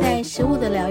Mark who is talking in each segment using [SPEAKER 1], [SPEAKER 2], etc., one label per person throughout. [SPEAKER 1] 哎
[SPEAKER 2] 物的疗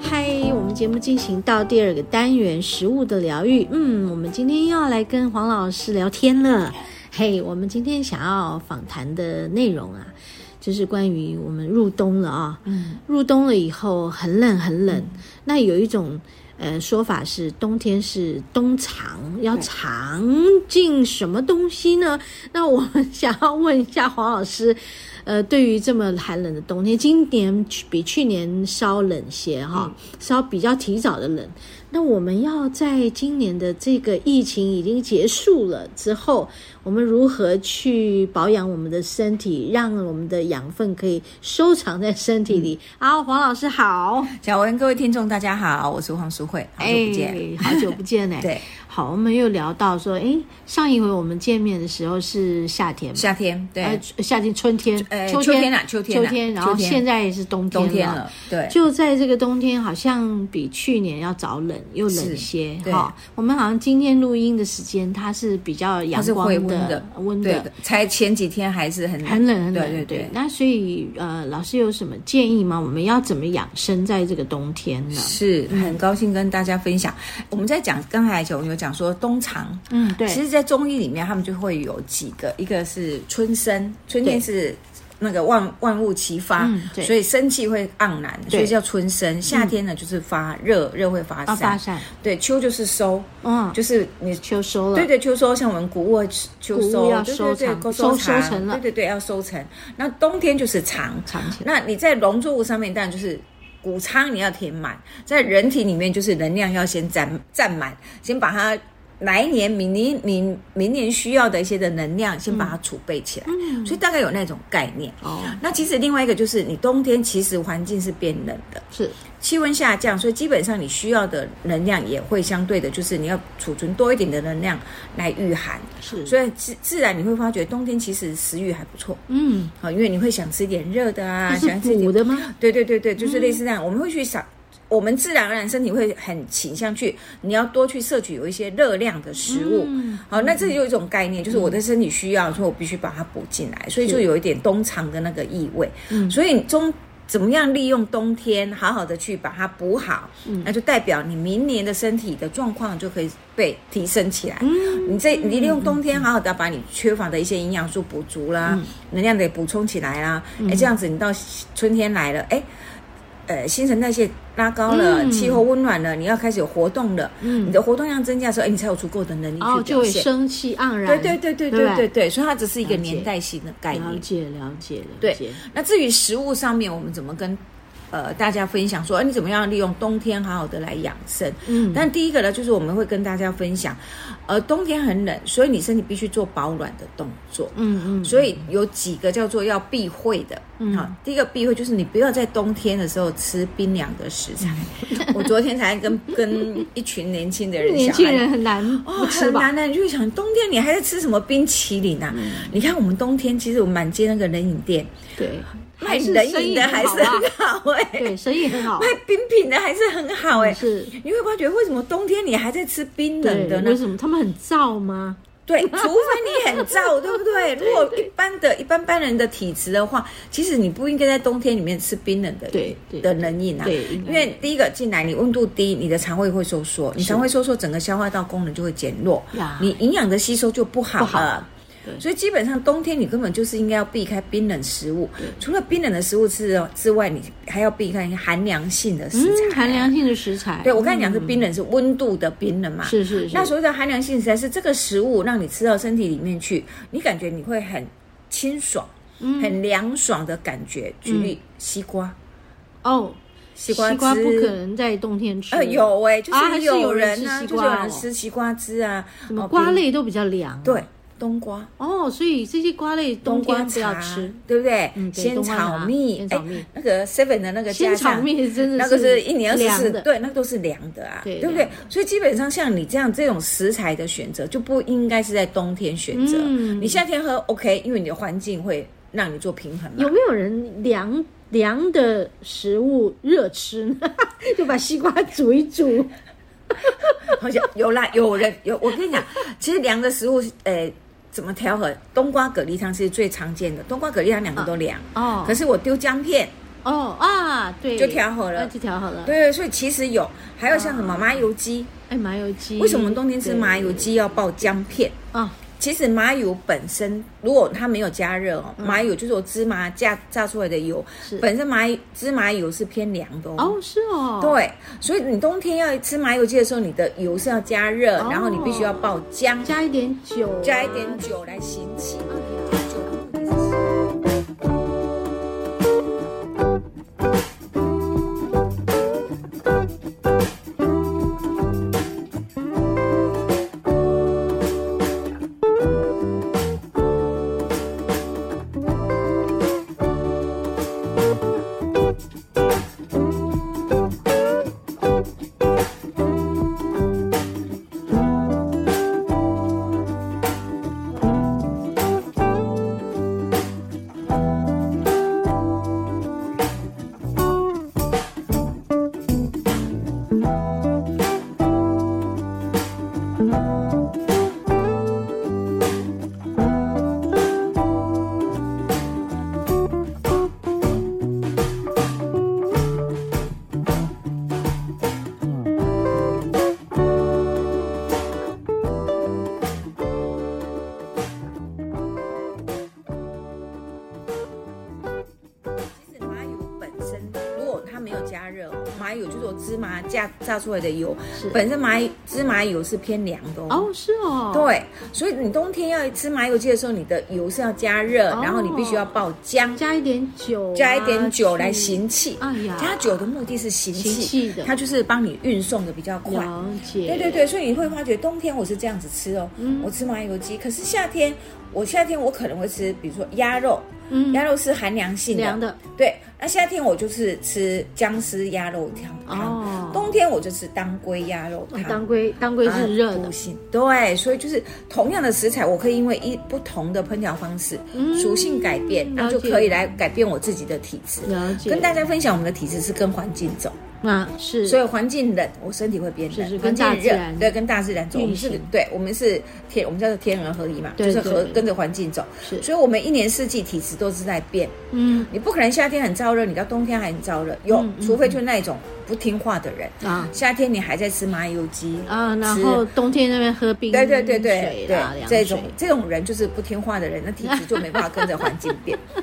[SPEAKER 2] 嗨，我们节目进行到第二个单元——食物的疗愈。嗯，我们今天要来跟黄老师聊天了。嘿、我们今天想要访谈的内容啊，就是关于我们入冬了啊、
[SPEAKER 1] 嗯，
[SPEAKER 2] 入冬了以后很冷很冷，那有一种呃说法是冬天是冬藏，要藏进什么东西呢？那我们想要问一下黄老师，呃，对于这么寒冷的冬天，今年去比去年稍冷些哈、稍比较提早的冷。那我们要在今年的这个疫情已经结束了之后，我们如何去保养我们的身体，让我们的养分可以收藏在身体里？
[SPEAKER 1] 嗯
[SPEAKER 2] 啊，黄老师好，
[SPEAKER 1] 小文，各位听众大家好，我是黄淑慧，好久不见。
[SPEAKER 2] 哎，好久不见呢、
[SPEAKER 1] 对，
[SPEAKER 2] 好，我们又聊到说，哎，上一回我们见面的时候是夏天嘛，
[SPEAKER 1] 夏天对，
[SPEAKER 2] 呃，夏天、春天、
[SPEAKER 1] 呃
[SPEAKER 2] 秋
[SPEAKER 1] 秋天
[SPEAKER 2] 啦
[SPEAKER 1] 啊、秋天啊
[SPEAKER 2] 然后
[SPEAKER 1] 秋天
[SPEAKER 2] 现在也是冬天
[SPEAKER 1] 冬天
[SPEAKER 2] 了
[SPEAKER 1] 了，对，
[SPEAKER 2] 就在这个冬天，好像比去年要早冷，又冷
[SPEAKER 1] 是
[SPEAKER 2] 些
[SPEAKER 1] 对
[SPEAKER 2] 哈、我们好像今天录音的时间，它是比较
[SPEAKER 1] 它
[SPEAKER 2] 阳
[SPEAKER 1] 是
[SPEAKER 2] 光
[SPEAKER 1] 会
[SPEAKER 2] 的、
[SPEAKER 1] 温的，
[SPEAKER 2] 温
[SPEAKER 1] 对
[SPEAKER 2] 的，，
[SPEAKER 1] 才前几天还是很
[SPEAKER 2] 很冷很冷。
[SPEAKER 1] 对对对。
[SPEAKER 2] 那所以呃，老师有什么建议吗？我们要怎么养生在这个冬天呢？
[SPEAKER 1] 是很高兴跟大家分享。我们在讲刚才小文有讲说冬藏，
[SPEAKER 2] 嗯，对，
[SPEAKER 1] 其实，在中医里面，他们就会有几个，一个是春生，春天
[SPEAKER 2] 对
[SPEAKER 1] 是那个万万物齐发，
[SPEAKER 2] 嗯对
[SPEAKER 1] 所以生气会盎然，
[SPEAKER 2] 对
[SPEAKER 1] 所以叫春生。夏天呢，就是发热，热会发
[SPEAKER 2] 要
[SPEAKER 1] 散，
[SPEAKER 2] 发散，
[SPEAKER 1] 对，秋就是收，
[SPEAKER 2] 嗯，
[SPEAKER 1] 就是你
[SPEAKER 2] 秋收了，
[SPEAKER 1] 对对，秋收像我们谷物会秋
[SPEAKER 2] 谷物
[SPEAKER 1] 收，
[SPEAKER 2] 要
[SPEAKER 1] 对
[SPEAKER 2] 收
[SPEAKER 1] 对对
[SPEAKER 2] 藏，
[SPEAKER 1] 够
[SPEAKER 2] 收
[SPEAKER 1] 收
[SPEAKER 2] 收成了
[SPEAKER 1] 对对对，要收成。那冬天就是藏，
[SPEAKER 2] 藏起来，
[SPEAKER 1] 那你在农作物上面当然就是。谷仓你要填满，在人体里面就是能量要先占占满，先把它来年、明年、明明年需要的一些的能量，先把它储备起来。
[SPEAKER 2] 嗯，
[SPEAKER 1] 所以大概有那种概念。
[SPEAKER 2] 哦，
[SPEAKER 1] 那其实另外一个就是，你冬天其实环境是变冷的，
[SPEAKER 2] 是
[SPEAKER 1] 气温下降，所以基本上你需要的能量也会相对的，就是你要储存多一点的能量来御寒，
[SPEAKER 2] 是，以
[SPEAKER 1] 所以自自然你会发觉冬天其实食欲还不错
[SPEAKER 2] 嗯，
[SPEAKER 1] 啊，因为你会想吃一点热的 啊，
[SPEAKER 2] 这是
[SPEAKER 1] 想吃一
[SPEAKER 2] 补
[SPEAKER 1] 点，
[SPEAKER 2] 的吗？
[SPEAKER 1] 对对对对，就是类
[SPEAKER 2] 嗯
[SPEAKER 1] 似这样，我们会去想。我们自然而然身体会很倾向去，你要多去摄取有一些热量的食物。
[SPEAKER 2] 嗯
[SPEAKER 1] 好，那这有一种概念，就是我的身体需要，所以我必须把它补进来，所以就有一点冬藏的那个意味。
[SPEAKER 2] 嗯
[SPEAKER 1] 所以中怎么样利用冬天，好好的去把它补好，
[SPEAKER 2] 嗯
[SPEAKER 1] 那就代表你明年的身体的状况就可以被提升起来。
[SPEAKER 2] 嗯
[SPEAKER 1] 你这你利用冬天好好的把你缺乏的一些营养素补足啦，
[SPEAKER 2] 嗯
[SPEAKER 1] 能量得补充起来啦。哎、
[SPEAKER 2] 嗯
[SPEAKER 1] 这样子你到春天来了，哎。呃，新陈代谢拉高了，
[SPEAKER 2] 嗯
[SPEAKER 1] 气候温暖了，你要开始有活动了，
[SPEAKER 2] 嗯
[SPEAKER 1] 你的活动量增加的时候，哎，你才有足够的能力
[SPEAKER 2] 哦，
[SPEAKER 1] 去
[SPEAKER 2] 就
[SPEAKER 1] 表
[SPEAKER 2] 会
[SPEAKER 1] 现。
[SPEAKER 2] 生气盎然，
[SPEAKER 1] 对对对对
[SPEAKER 2] 对不
[SPEAKER 1] 对对
[SPEAKER 2] 对
[SPEAKER 1] 对，所以它只是一个
[SPEAKER 2] 了解
[SPEAKER 1] 年代性的概
[SPEAKER 2] 了
[SPEAKER 1] 念。
[SPEAKER 2] 解了解了解，
[SPEAKER 1] 对那至于食物上面，我们怎么跟呃大家分享说，哎、你怎么样利用冬天好好的来养生？
[SPEAKER 2] 嗯，
[SPEAKER 1] 但第一个呢，就是我们会跟大家分享，呃，冬天很冷，所以你身体必须做保暖的动作。
[SPEAKER 2] 嗯嗯，
[SPEAKER 1] 所以有几个叫做要避讳的，
[SPEAKER 2] 嗯
[SPEAKER 1] 好，第一个避讳就是你不要在冬天的时候吃冰凉的食材。我昨天才跟 跟一群嗯年轻的人，
[SPEAKER 2] 年
[SPEAKER 1] 小
[SPEAKER 2] 轻
[SPEAKER 1] 孩
[SPEAKER 2] 人很难不
[SPEAKER 1] 哦，
[SPEAKER 2] 吃
[SPEAKER 1] 很
[SPEAKER 2] 吧？
[SPEAKER 1] 难的，你就想冬天你还在吃什么冰淇淋啊？你看我们冬天其实我们满街那个冷饮店，
[SPEAKER 2] 对，
[SPEAKER 1] 卖
[SPEAKER 2] 还是
[SPEAKER 1] 冷
[SPEAKER 2] 生
[SPEAKER 1] 饮
[SPEAKER 2] 意
[SPEAKER 1] 的
[SPEAKER 2] 很
[SPEAKER 1] 还
[SPEAKER 2] 好
[SPEAKER 1] 是
[SPEAKER 2] 啊，
[SPEAKER 1] 很好哎、
[SPEAKER 2] 对，生意很好
[SPEAKER 1] 卖，冰品的还是很好哎、
[SPEAKER 2] 是。
[SPEAKER 1] 你会发觉为什么冬天你还在吃冰冷的
[SPEAKER 2] 对，
[SPEAKER 1] 呢
[SPEAKER 2] 为？什么他们很燥吗？
[SPEAKER 1] 对， 除非你很燥，对不对？如果一般的一般般人的体质的话，其实你不应该在冬天里面吃冰冷的
[SPEAKER 2] 对对
[SPEAKER 1] 的冷饮啊。
[SPEAKER 2] 对，应该
[SPEAKER 1] 因为第一个进来，你温度低，你的肠胃会收缩，你肠胃收缩，整个消化道功能就会减弱
[SPEAKER 2] 呀，
[SPEAKER 1] 你营养的吸收就不好
[SPEAKER 2] 不
[SPEAKER 1] 了。
[SPEAKER 2] 好对
[SPEAKER 1] 所以基本上冬天你根本就是应该要避开冰冷食物
[SPEAKER 2] 对，
[SPEAKER 1] 除了冰冷的食物之之外，你还要避开寒凉性的食
[SPEAKER 2] 嗯，
[SPEAKER 1] 材。啊
[SPEAKER 2] 寒凉性的食材，
[SPEAKER 1] 对我刚才讲
[SPEAKER 2] 嗯
[SPEAKER 1] 是冰冷，是温度的冰冷嘛？
[SPEAKER 2] 是是是，
[SPEAKER 1] 那所谓的寒凉性食材是这个食物让你吃到身体里面去，你感觉你会很清爽、
[SPEAKER 2] 嗯
[SPEAKER 1] 很凉爽的感觉。举例，西瓜，
[SPEAKER 2] 哦，
[SPEAKER 1] 西
[SPEAKER 2] 西瓜不可
[SPEAKER 1] 汁。
[SPEAKER 2] 能在冬天吃，
[SPEAKER 1] 呃，有哎、就
[SPEAKER 2] 啊还
[SPEAKER 1] 是
[SPEAKER 2] 是有人
[SPEAKER 1] 人呢、
[SPEAKER 2] 吃西
[SPEAKER 1] 就是
[SPEAKER 2] 瓜
[SPEAKER 1] 有
[SPEAKER 2] 哦
[SPEAKER 1] 人吃西瓜汁啊，
[SPEAKER 2] 什么
[SPEAKER 1] 哦
[SPEAKER 2] 瓜
[SPEAKER 1] 比
[SPEAKER 2] 类都比较凉，啊
[SPEAKER 1] 对，冬瓜。
[SPEAKER 2] 哦，所以这些瓜类冬
[SPEAKER 1] 冬瓜
[SPEAKER 2] 天不要
[SPEAKER 1] 茶
[SPEAKER 2] 吃。，
[SPEAKER 1] 对不对？
[SPEAKER 2] 嗯对
[SPEAKER 1] 鲜
[SPEAKER 2] 冬瓜
[SPEAKER 1] 炒
[SPEAKER 2] 茶
[SPEAKER 1] 蜜
[SPEAKER 2] 鲜，
[SPEAKER 1] 哎
[SPEAKER 2] 炒蜜，
[SPEAKER 1] 那个 seven 的那个
[SPEAKER 2] 鲜
[SPEAKER 1] 加
[SPEAKER 2] 炒
[SPEAKER 1] 上，
[SPEAKER 2] 面真的
[SPEAKER 1] 那个是一年二十四
[SPEAKER 2] 凉，的，
[SPEAKER 1] 对，那个都是凉的啊，
[SPEAKER 2] 对
[SPEAKER 1] 对不对
[SPEAKER 2] 凉？
[SPEAKER 1] 所以基本上像你这样这种食材的选择，就不应该是在冬天选择。
[SPEAKER 2] 嗯
[SPEAKER 1] 你夏天喝 OK，因为你的环境会让你做平衡
[SPEAKER 2] 有
[SPEAKER 1] 嘛。
[SPEAKER 2] 没有人凉凉的食物热吃呢？ 就把西瓜煮一煮，
[SPEAKER 1] 好像有啦，有人有，我跟你讲， 其实凉的食物，呃，怎么调和？冬瓜蛤蜊汤是最常见的，冬瓜蛤蜊汤两个都凉，
[SPEAKER 2] 哦
[SPEAKER 1] 可是我丢姜片，
[SPEAKER 2] 哦啊，对，
[SPEAKER 1] 就调好了
[SPEAKER 2] 那就调好了。
[SPEAKER 1] 对对，所以其实有，还有像什
[SPEAKER 2] 哦
[SPEAKER 1] 么麻油鸡。
[SPEAKER 2] 哎，麻油鸡，
[SPEAKER 1] 为什么我们冬天吃麻油鸡要爆姜片？
[SPEAKER 2] 对？哦，
[SPEAKER 1] 其实麻油本身，如果它没有加热哦，麻油就是我芝麻榨榨出来的油
[SPEAKER 2] 嗯是，
[SPEAKER 1] 本身麻油芝麻油是偏凉的哦。
[SPEAKER 2] 哦，是哦，，
[SPEAKER 1] 对，所以你冬天要吃麻油鸡的时候，你的油是要加热，
[SPEAKER 2] 哦
[SPEAKER 1] 然后你必须要爆姜，
[SPEAKER 2] 加一点酒，啊
[SPEAKER 1] 加一点。酒来行气。其实麻油本身，如果它没有加热哦，麻油就是我芝麻榨榨出来的油
[SPEAKER 2] 是，
[SPEAKER 1] 本身麻芝麻油是偏凉的哦
[SPEAKER 2] 哦，是哦，，
[SPEAKER 1] 对，所以你冬天要吃麻油鸡的时候，你的油是要加热，
[SPEAKER 2] 哦
[SPEAKER 1] 然后你必须要爆姜，
[SPEAKER 2] 加一点酒啊，
[SPEAKER 1] 加一点酒来
[SPEAKER 2] 去
[SPEAKER 1] 行气。
[SPEAKER 2] 哎呀，
[SPEAKER 1] 加酒的目的是行
[SPEAKER 2] 行
[SPEAKER 1] 气，
[SPEAKER 2] 气的
[SPEAKER 1] 它就是帮你运送的比较快。
[SPEAKER 2] 了解，
[SPEAKER 1] 对对对，所以你会发觉冬天我是这样子吃哦，
[SPEAKER 2] 嗯
[SPEAKER 1] 我吃麻油鸡。可是夏天，我夏天我可能会吃，比如说鸭肉，
[SPEAKER 2] 嗯
[SPEAKER 1] 鸭肉是寒凉性的，
[SPEAKER 2] 凉的
[SPEAKER 1] 对，那夏天我就是吃姜丝鸭肉汤，
[SPEAKER 2] 哦
[SPEAKER 1] 冬天我就吃当归鸭肉汤。
[SPEAKER 2] 当归当归是热
[SPEAKER 1] 啊
[SPEAKER 2] 的
[SPEAKER 1] 不，行，对，所以就是同样的食材，我可以因为一不同的烹调方式，
[SPEAKER 2] 嗯
[SPEAKER 1] 属性改变，那就
[SPEAKER 2] 了解
[SPEAKER 1] 可以来改变我自己的体质。
[SPEAKER 2] 了解。
[SPEAKER 1] 跟大家分享，我们的体质是跟环境走，
[SPEAKER 2] 啊是，
[SPEAKER 1] 所以环境冷，我身体会变
[SPEAKER 2] 是是
[SPEAKER 1] 冷；环
[SPEAKER 2] 跟大
[SPEAKER 1] 境
[SPEAKER 2] 自
[SPEAKER 1] 热
[SPEAKER 2] 然，
[SPEAKER 1] 对，跟大自然走。我们
[SPEAKER 2] 运
[SPEAKER 1] 是
[SPEAKER 2] 行，
[SPEAKER 1] 对，我们是天，我们叫做天人合一嘛，
[SPEAKER 2] 对
[SPEAKER 1] 就是
[SPEAKER 2] 对
[SPEAKER 1] 和
[SPEAKER 2] 对
[SPEAKER 1] 跟着环境走。
[SPEAKER 2] 是
[SPEAKER 1] 所以我们一年四季体质都是在变，
[SPEAKER 2] 嗯
[SPEAKER 1] 你不可能夏天很燥热，你到冬天还很燥热，有，
[SPEAKER 2] 嗯嗯
[SPEAKER 1] 除非就那种不听话的人，
[SPEAKER 2] 啊
[SPEAKER 1] 夏天你还在吃麻油鸡
[SPEAKER 2] 啊，然
[SPEAKER 1] 吃
[SPEAKER 2] 后冬天那边喝冰
[SPEAKER 1] 对对对对
[SPEAKER 2] 水
[SPEAKER 1] 对
[SPEAKER 2] 啦，凉，
[SPEAKER 1] 这
[SPEAKER 2] 水
[SPEAKER 1] 种这种人就是不听话的人，那体质就没办法跟着环境变。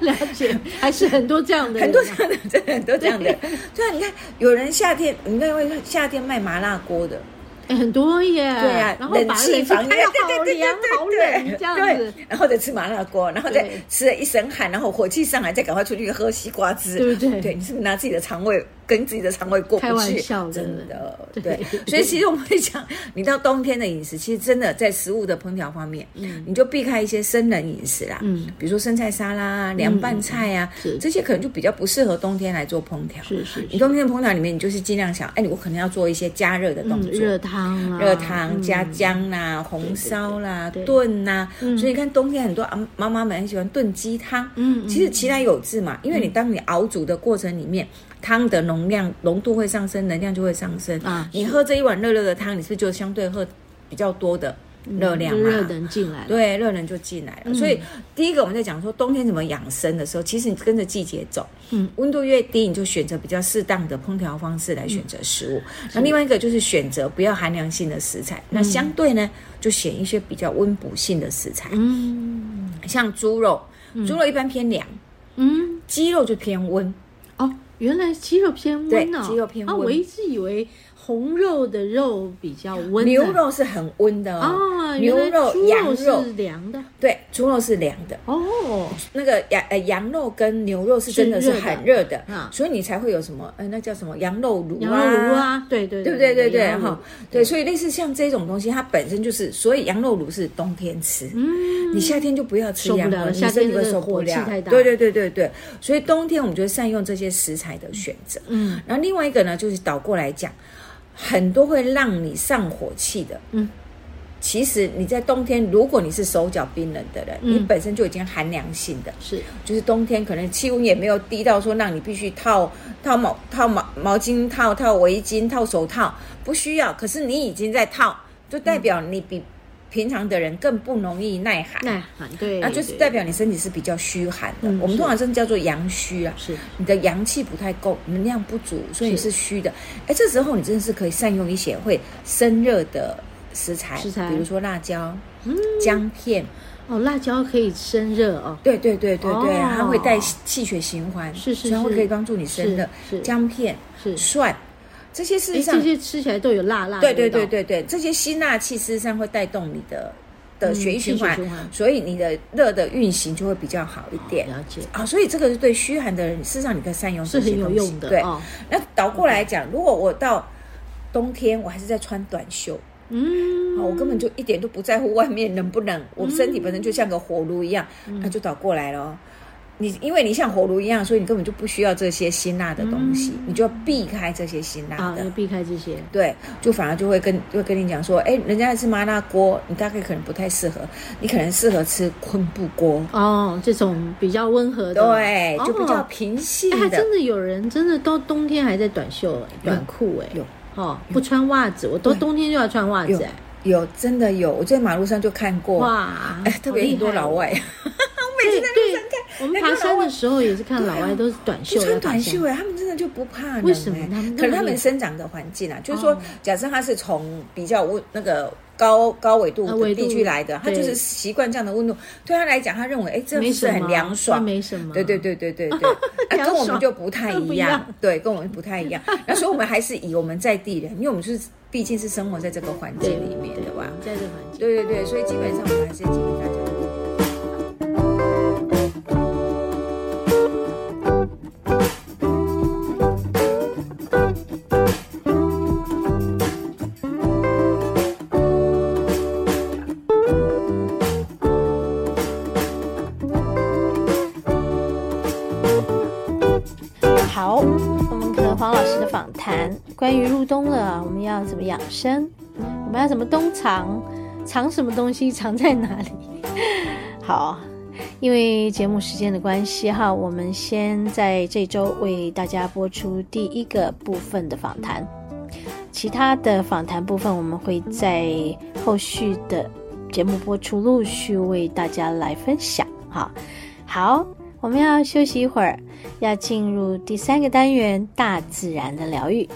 [SPEAKER 2] 了解，还是很多这样的人
[SPEAKER 1] 很
[SPEAKER 2] 啊，
[SPEAKER 1] 多这样的，真的很多这样的人。对啊，你看有人夏天，你看会夏天卖麻辣锅的，
[SPEAKER 2] 哎很多耶，
[SPEAKER 1] 对啊，
[SPEAKER 2] 哎然后把
[SPEAKER 1] 冷气
[SPEAKER 2] 气
[SPEAKER 1] 房
[SPEAKER 2] 开
[SPEAKER 1] 间
[SPEAKER 2] 的好凉好冷这样子，，
[SPEAKER 1] 然后再吃麻辣锅，然后再
[SPEAKER 2] 对
[SPEAKER 1] 吃了一身汗，然后火气上来，再赶快出去喝西瓜汁，
[SPEAKER 2] 对不对
[SPEAKER 1] 对，你是不是拿自己的肠胃跟自己的肠胃过不去？
[SPEAKER 2] 开玩笑的
[SPEAKER 1] 真的，
[SPEAKER 2] 对
[SPEAKER 1] 对。所以其实我们会讲，你到冬天的饮食，其实真的在食物的烹调方面，你就避开一些生冷饮食啦，
[SPEAKER 2] 嗯，
[SPEAKER 1] 比如说生菜沙拉啊、凉拌菜啊
[SPEAKER 2] 嗯嗯是，
[SPEAKER 1] 这些可能就比较不适合冬天来做烹调。
[SPEAKER 2] 是是
[SPEAKER 1] 你
[SPEAKER 2] 是，
[SPEAKER 1] 冬天的烹调里面，你就是尽量想，哎，我可能要做一些加热的动
[SPEAKER 2] 嗯，
[SPEAKER 1] 作，
[SPEAKER 2] 热汤啊，
[SPEAKER 1] 热汤加
[SPEAKER 2] 嗯
[SPEAKER 1] 姜啦、红烧啦
[SPEAKER 2] 对、
[SPEAKER 1] 炖啦，
[SPEAKER 2] 嗯
[SPEAKER 1] 所以你看冬天很多啊妈妈们很喜欢炖鸡汤。
[SPEAKER 2] 嗯嗯
[SPEAKER 1] 其实其来有志嘛，因为你当你熬煮的过程里面，汤的容量浓度会上升，能量就会上升
[SPEAKER 2] 啊
[SPEAKER 1] 你喝这一碗热热的汤，你是不是就相对喝比较多的热量
[SPEAKER 2] 就
[SPEAKER 1] 嘛？
[SPEAKER 2] 嗯热能进来了，嗯
[SPEAKER 1] 对，热能就进来了。所以第一个我们在讲说冬天怎么养生的时候，其实你跟着季节走，
[SPEAKER 2] 嗯，
[SPEAKER 1] 温度越低，你就选择比较适当的烹调方式来选择食物。那另外一个就是选择不要寒凉性的食
[SPEAKER 2] 嗯
[SPEAKER 1] 材，那相对呢，就选一些比较温补性的食材，
[SPEAKER 2] 嗯
[SPEAKER 1] 像猪肉，猪肉一般偏凉，
[SPEAKER 2] 嗯，
[SPEAKER 1] 鸡肉就偏温。
[SPEAKER 2] 哦，原来鸡肉偏
[SPEAKER 1] 对
[SPEAKER 2] 温哦，
[SPEAKER 1] 鸡肉偏
[SPEAKER 2] 啊，
[SPEAKER 1] 温
[SPEAKER 2] 我一直以为红肉的肉比较温的，
[SPEAKER 1] 牛肉是很温的哦，
[SPEAKER 2] 啊，
[SPEAKER 1] 牛
[SPEAKER 2] 原来
[SPEAKER 1] 肉
[SPEAKER 2] 猪
[SPEAKER 1] 羊
[SPEAKER 2] 肉
[SPEAKER 1] 肉
[SPEAKER 2] 是凉的
[SPEAKER 1] 对，猪肉是凉的。
[SPEAKER 2] 哦，
[SPEAKER 1] 那个羊呃羊肉跟牛肉是真的是
[SPEAKER 2] 是热的
[SPEAKER 1] 很热的，
[SPEAKER 2] 啊
[SPEAKER 1] 所以你才会有什么呃那叫什么羊肉炉
[SPEAKER 2] 羊肉炉啊，对对
[SPEAKER 1] 对不对？对对
[SPEAKER 2] 羊肉
[SPEAKER 1] 哈
[SPEAKER 2] 炉，
[SPEAKER 1] 对，所以类似像这种东西，它本身就是，所以羊肉炉是冬天吃，
[SPEAKER 2] 嗯，
[SPEAKER 1] 你夏天就不要吃
[SPEAKER 2] 受不
[SPEAKER 1] 羊肉，
[SPEAKER 2] 了了
[SPEAKER 1] 你
[SPEAKER 2] 夏天
[SPEAKER 1] 真的
[SPEAKER 2] 那个
[SPEAKER 1] 受不
[SPEAKER 2] 火气
[SPEAKER 1] 了
[SPEAKER 2] 太大
[SPEAKER 1] 对对对对对，所以冬天我们就善用这些食材的选择。
[SPEAKER 2] 嗯
[SPEAKER 1] 然后另外一个呢，就是倒过来讲，很多会让你上火气的，
[SPEAKER 2] 嗯，
[SPEAKER 1] 其实你在冬天，如果你是手脚冰冷的人，
[SPEAKER 2] 嗯
[SPEAKER 1] 你本身就已经寒凉性的，
[SPEAKER 2] 是
[SPEAKER 1] 就是冬天可能气温也没有低到说让你必须套套毛套毛毛巾套套围巾套手套，不需要。可是你已经在套，就代表你比平常的人更不容易耐寒，
[SPEAKER 2] 耐寒，啊对，
[SPEAKER 1] 那啊就是
[SPEAKER 2] 对
[SPEAKER 1] 代表你身体是比较虚寒的。
[SPEAKER 2] 嗯
[SPEAKER 1] 我们通
[SPEAKER 2] 是
[SPEAKER 1] 常是叫做阳虚啊。
[SPEAKER 2] 是
[SPEAKER 1] 你的阳气不太够，能量不足，所以你是
[SPEAKER 2] 是
[SPEAKER 1] 虚的。哎，这时候你真的是可以善用一些会生热的食材，
[SPEAKER 2] 食材嗯
[SPEAKER 1] 比如说辣椒、姜片，
[SPEAKER 2] 哦，辣椒可以生热哦，
[SPEAKER 1] 对对对对对，
[SPEAKER 2] 哦
[SPEAKER 1] 它会带气血循环，
[SPEAKER 2] 是是
[SPEAKER 1] 所以它会
[SPEAKER 2] 是
[SPEAKER 1] 可以帮助你生热
[SPEAKER 2] 是是。
[SPEAKER 1] 姜片、
[SPEAKER 2] 是，
[SPEAKER 1] 蒜这些事实
[SPEAKER 2] 哎，
[SPEAKER 1] 上
[SPEAKER 2] 这，些吃起来都有辣辣的
[SPEAKER 1] 对
[SPEAKER 2] 味
[SPEAKER 1] 对
[SPEAKER 2] 道
[SPEAKER 1] 对，对对，这些吸纳气事实上会带动你的的
[SPEAKER 2] 嗯
[SPEAKER 1] 血液循
[SPEAKER 2] 气
[SPEAKER 1] 环
[SPEAKER 2] 血循环，
[SPEAKER 1] 所以你的热的运行就会比较好一点。
[SPEAKER 2] 了解
[SPEAKER 1] 啊，所以这个是对虚寒的人，事实上你可以善用
[SPEAKER 2] 是
[SPEAKER 1] 这些
[SPEAKER 2] 很有
[SPEAKER 1] 东西
[SPEAKER 2] 用的
[SPEAKER 1] 对，
[SPEAKER 2] 哦，
[SPEAKER 1] 那倒过来讲，如果我到冬天，我还是在穿短袖，
[SPEAKER 2] 嗯
[SPEAKER 1] 啊，我根本就一点都不在乎外面冷不冷，我身体本身就像个火炉一样，
[SPEAKER 2] 嗯
[SPEAKER 1] 那就倒过来了哦。你因为你像火炉一样，所以你根本就不需要这些辛辣的东西，你就要避开这些辛辣
[SPEAKER 2] 嗯啊
[SPEAKER 1] 的。
[SPEAKER 2] 要避开这些，
[SPEAKER 1] 对，就反而就会跟会跟你讲说，哎，人家是麻辣锅，你大概可能不太适合，你可能适合吃昆布锅，
[SPEAKER 2] 哦，这种比较温和的，
[SPEAKER 1] 对，就比较
[SPEAKER 2] 哦
[SPEAKER 1] 平性
[SPEAKER 2] 哎，还
[SPEAKER 1] 的
[SPEAKER 2] 真。的有人真的到冬天还在短袖、哎短裤哎、
[SPEAKER 1] 有
[SPEAKER 2] 哦，不穿袜子，我到
[SPEAKER 1] 对
[SPEAKER 2] 冬天就要穿袜子
[SPEAKER 1] 有
[SPEAKER 2] 哎、
[SPEAKER 1] 有真的有，我在马路上就看过，
[SPEAKER 2] 哇，
[SPEAKER 1] 哎，特别
[SPEAKER 2] 好厉害哦
[SPEAKER 1] 很多老外，
[SPEAKER 2] 对对，我们
[SPEAKER 1] 那个
[SPEAKER 2] 爬
[SPEAKER 1] 老
[SPEAKER 2] 山
[SPEAKER 1] 外
[SPEAKER 2] 的时候也是看老外都是短袖
[SPEAKER 1] 就啊穿
[SPEAKER 2] 在爬
[SPEAKER 1] 短
[SPEAKER 2] 山，
[SPEAKER 1] 袖哎、他们真的就不怕冷、哎
[SPEAKER 2] 为什么他们那么
[SPEAKER 1] 可能他
[SPEAKER 2] 厉害
[SPEAKER 1] 们生长的环境啊，就是说
[SPEAKER 2] 哦，
[SPEAKER 1] 假设他是从比较温那个高高纬度
[SPEAKER 2] 呃纬
[SPEAKER 1] 的
[SPEAKER 2] 度
[SPEAKER 1] 地区来的，他
[SPEAKER 2] 对
[SPEAKER 1] 就是习惯这样的温度，对他来讲，他认为哎，这
[SPEAKER 2] 没
[SPEAKER 1] 样
[SPEAKER 2] 什
[SPEAKER 1] 是
[SPEAKER 2] 么，啊
[SPEAKER 1] 很凉爽
[SPEAKER 2] 那。没什么，
[SPEAKER 1] 对对，对对对 对，啊、跟我
[SPEAKER 2] 凉爽
[SPEAKER 1] 们就不太
[SPEAKER 2] 不
[SPEAKER 1] 一
[SPEAKER 2] 一
[SPEAKER 1] 样
[SPEAKER 2] 样，
[SPEAKER 1] 对，跟我们不太一样。那所以我们还是以我们在地人，因为我们是毕竟是生活在这个环境
[SPEAKER 2] 对
[SPEAKER 1] 里面的吧。
[SPEAKER 2] 在这个环境。
[SPEAKER 1] 对对对，所以基本上我们还是建议大家。
[SPEAKER 2] 好，我们和黄老师的访谈，关于入冬了，我们要怎么养生？我们要怎么冬藏？藏什么东西？藏在哪里？ 好，因为节目时间的关系哈，我们先在这周为大家播出第一个部分的访谈，其他的访谈部分我们会在后续的节目播出，陆续为大家来分享哈。好，我们要休息一会儿。要进入第三个单元——大自然的疗愈。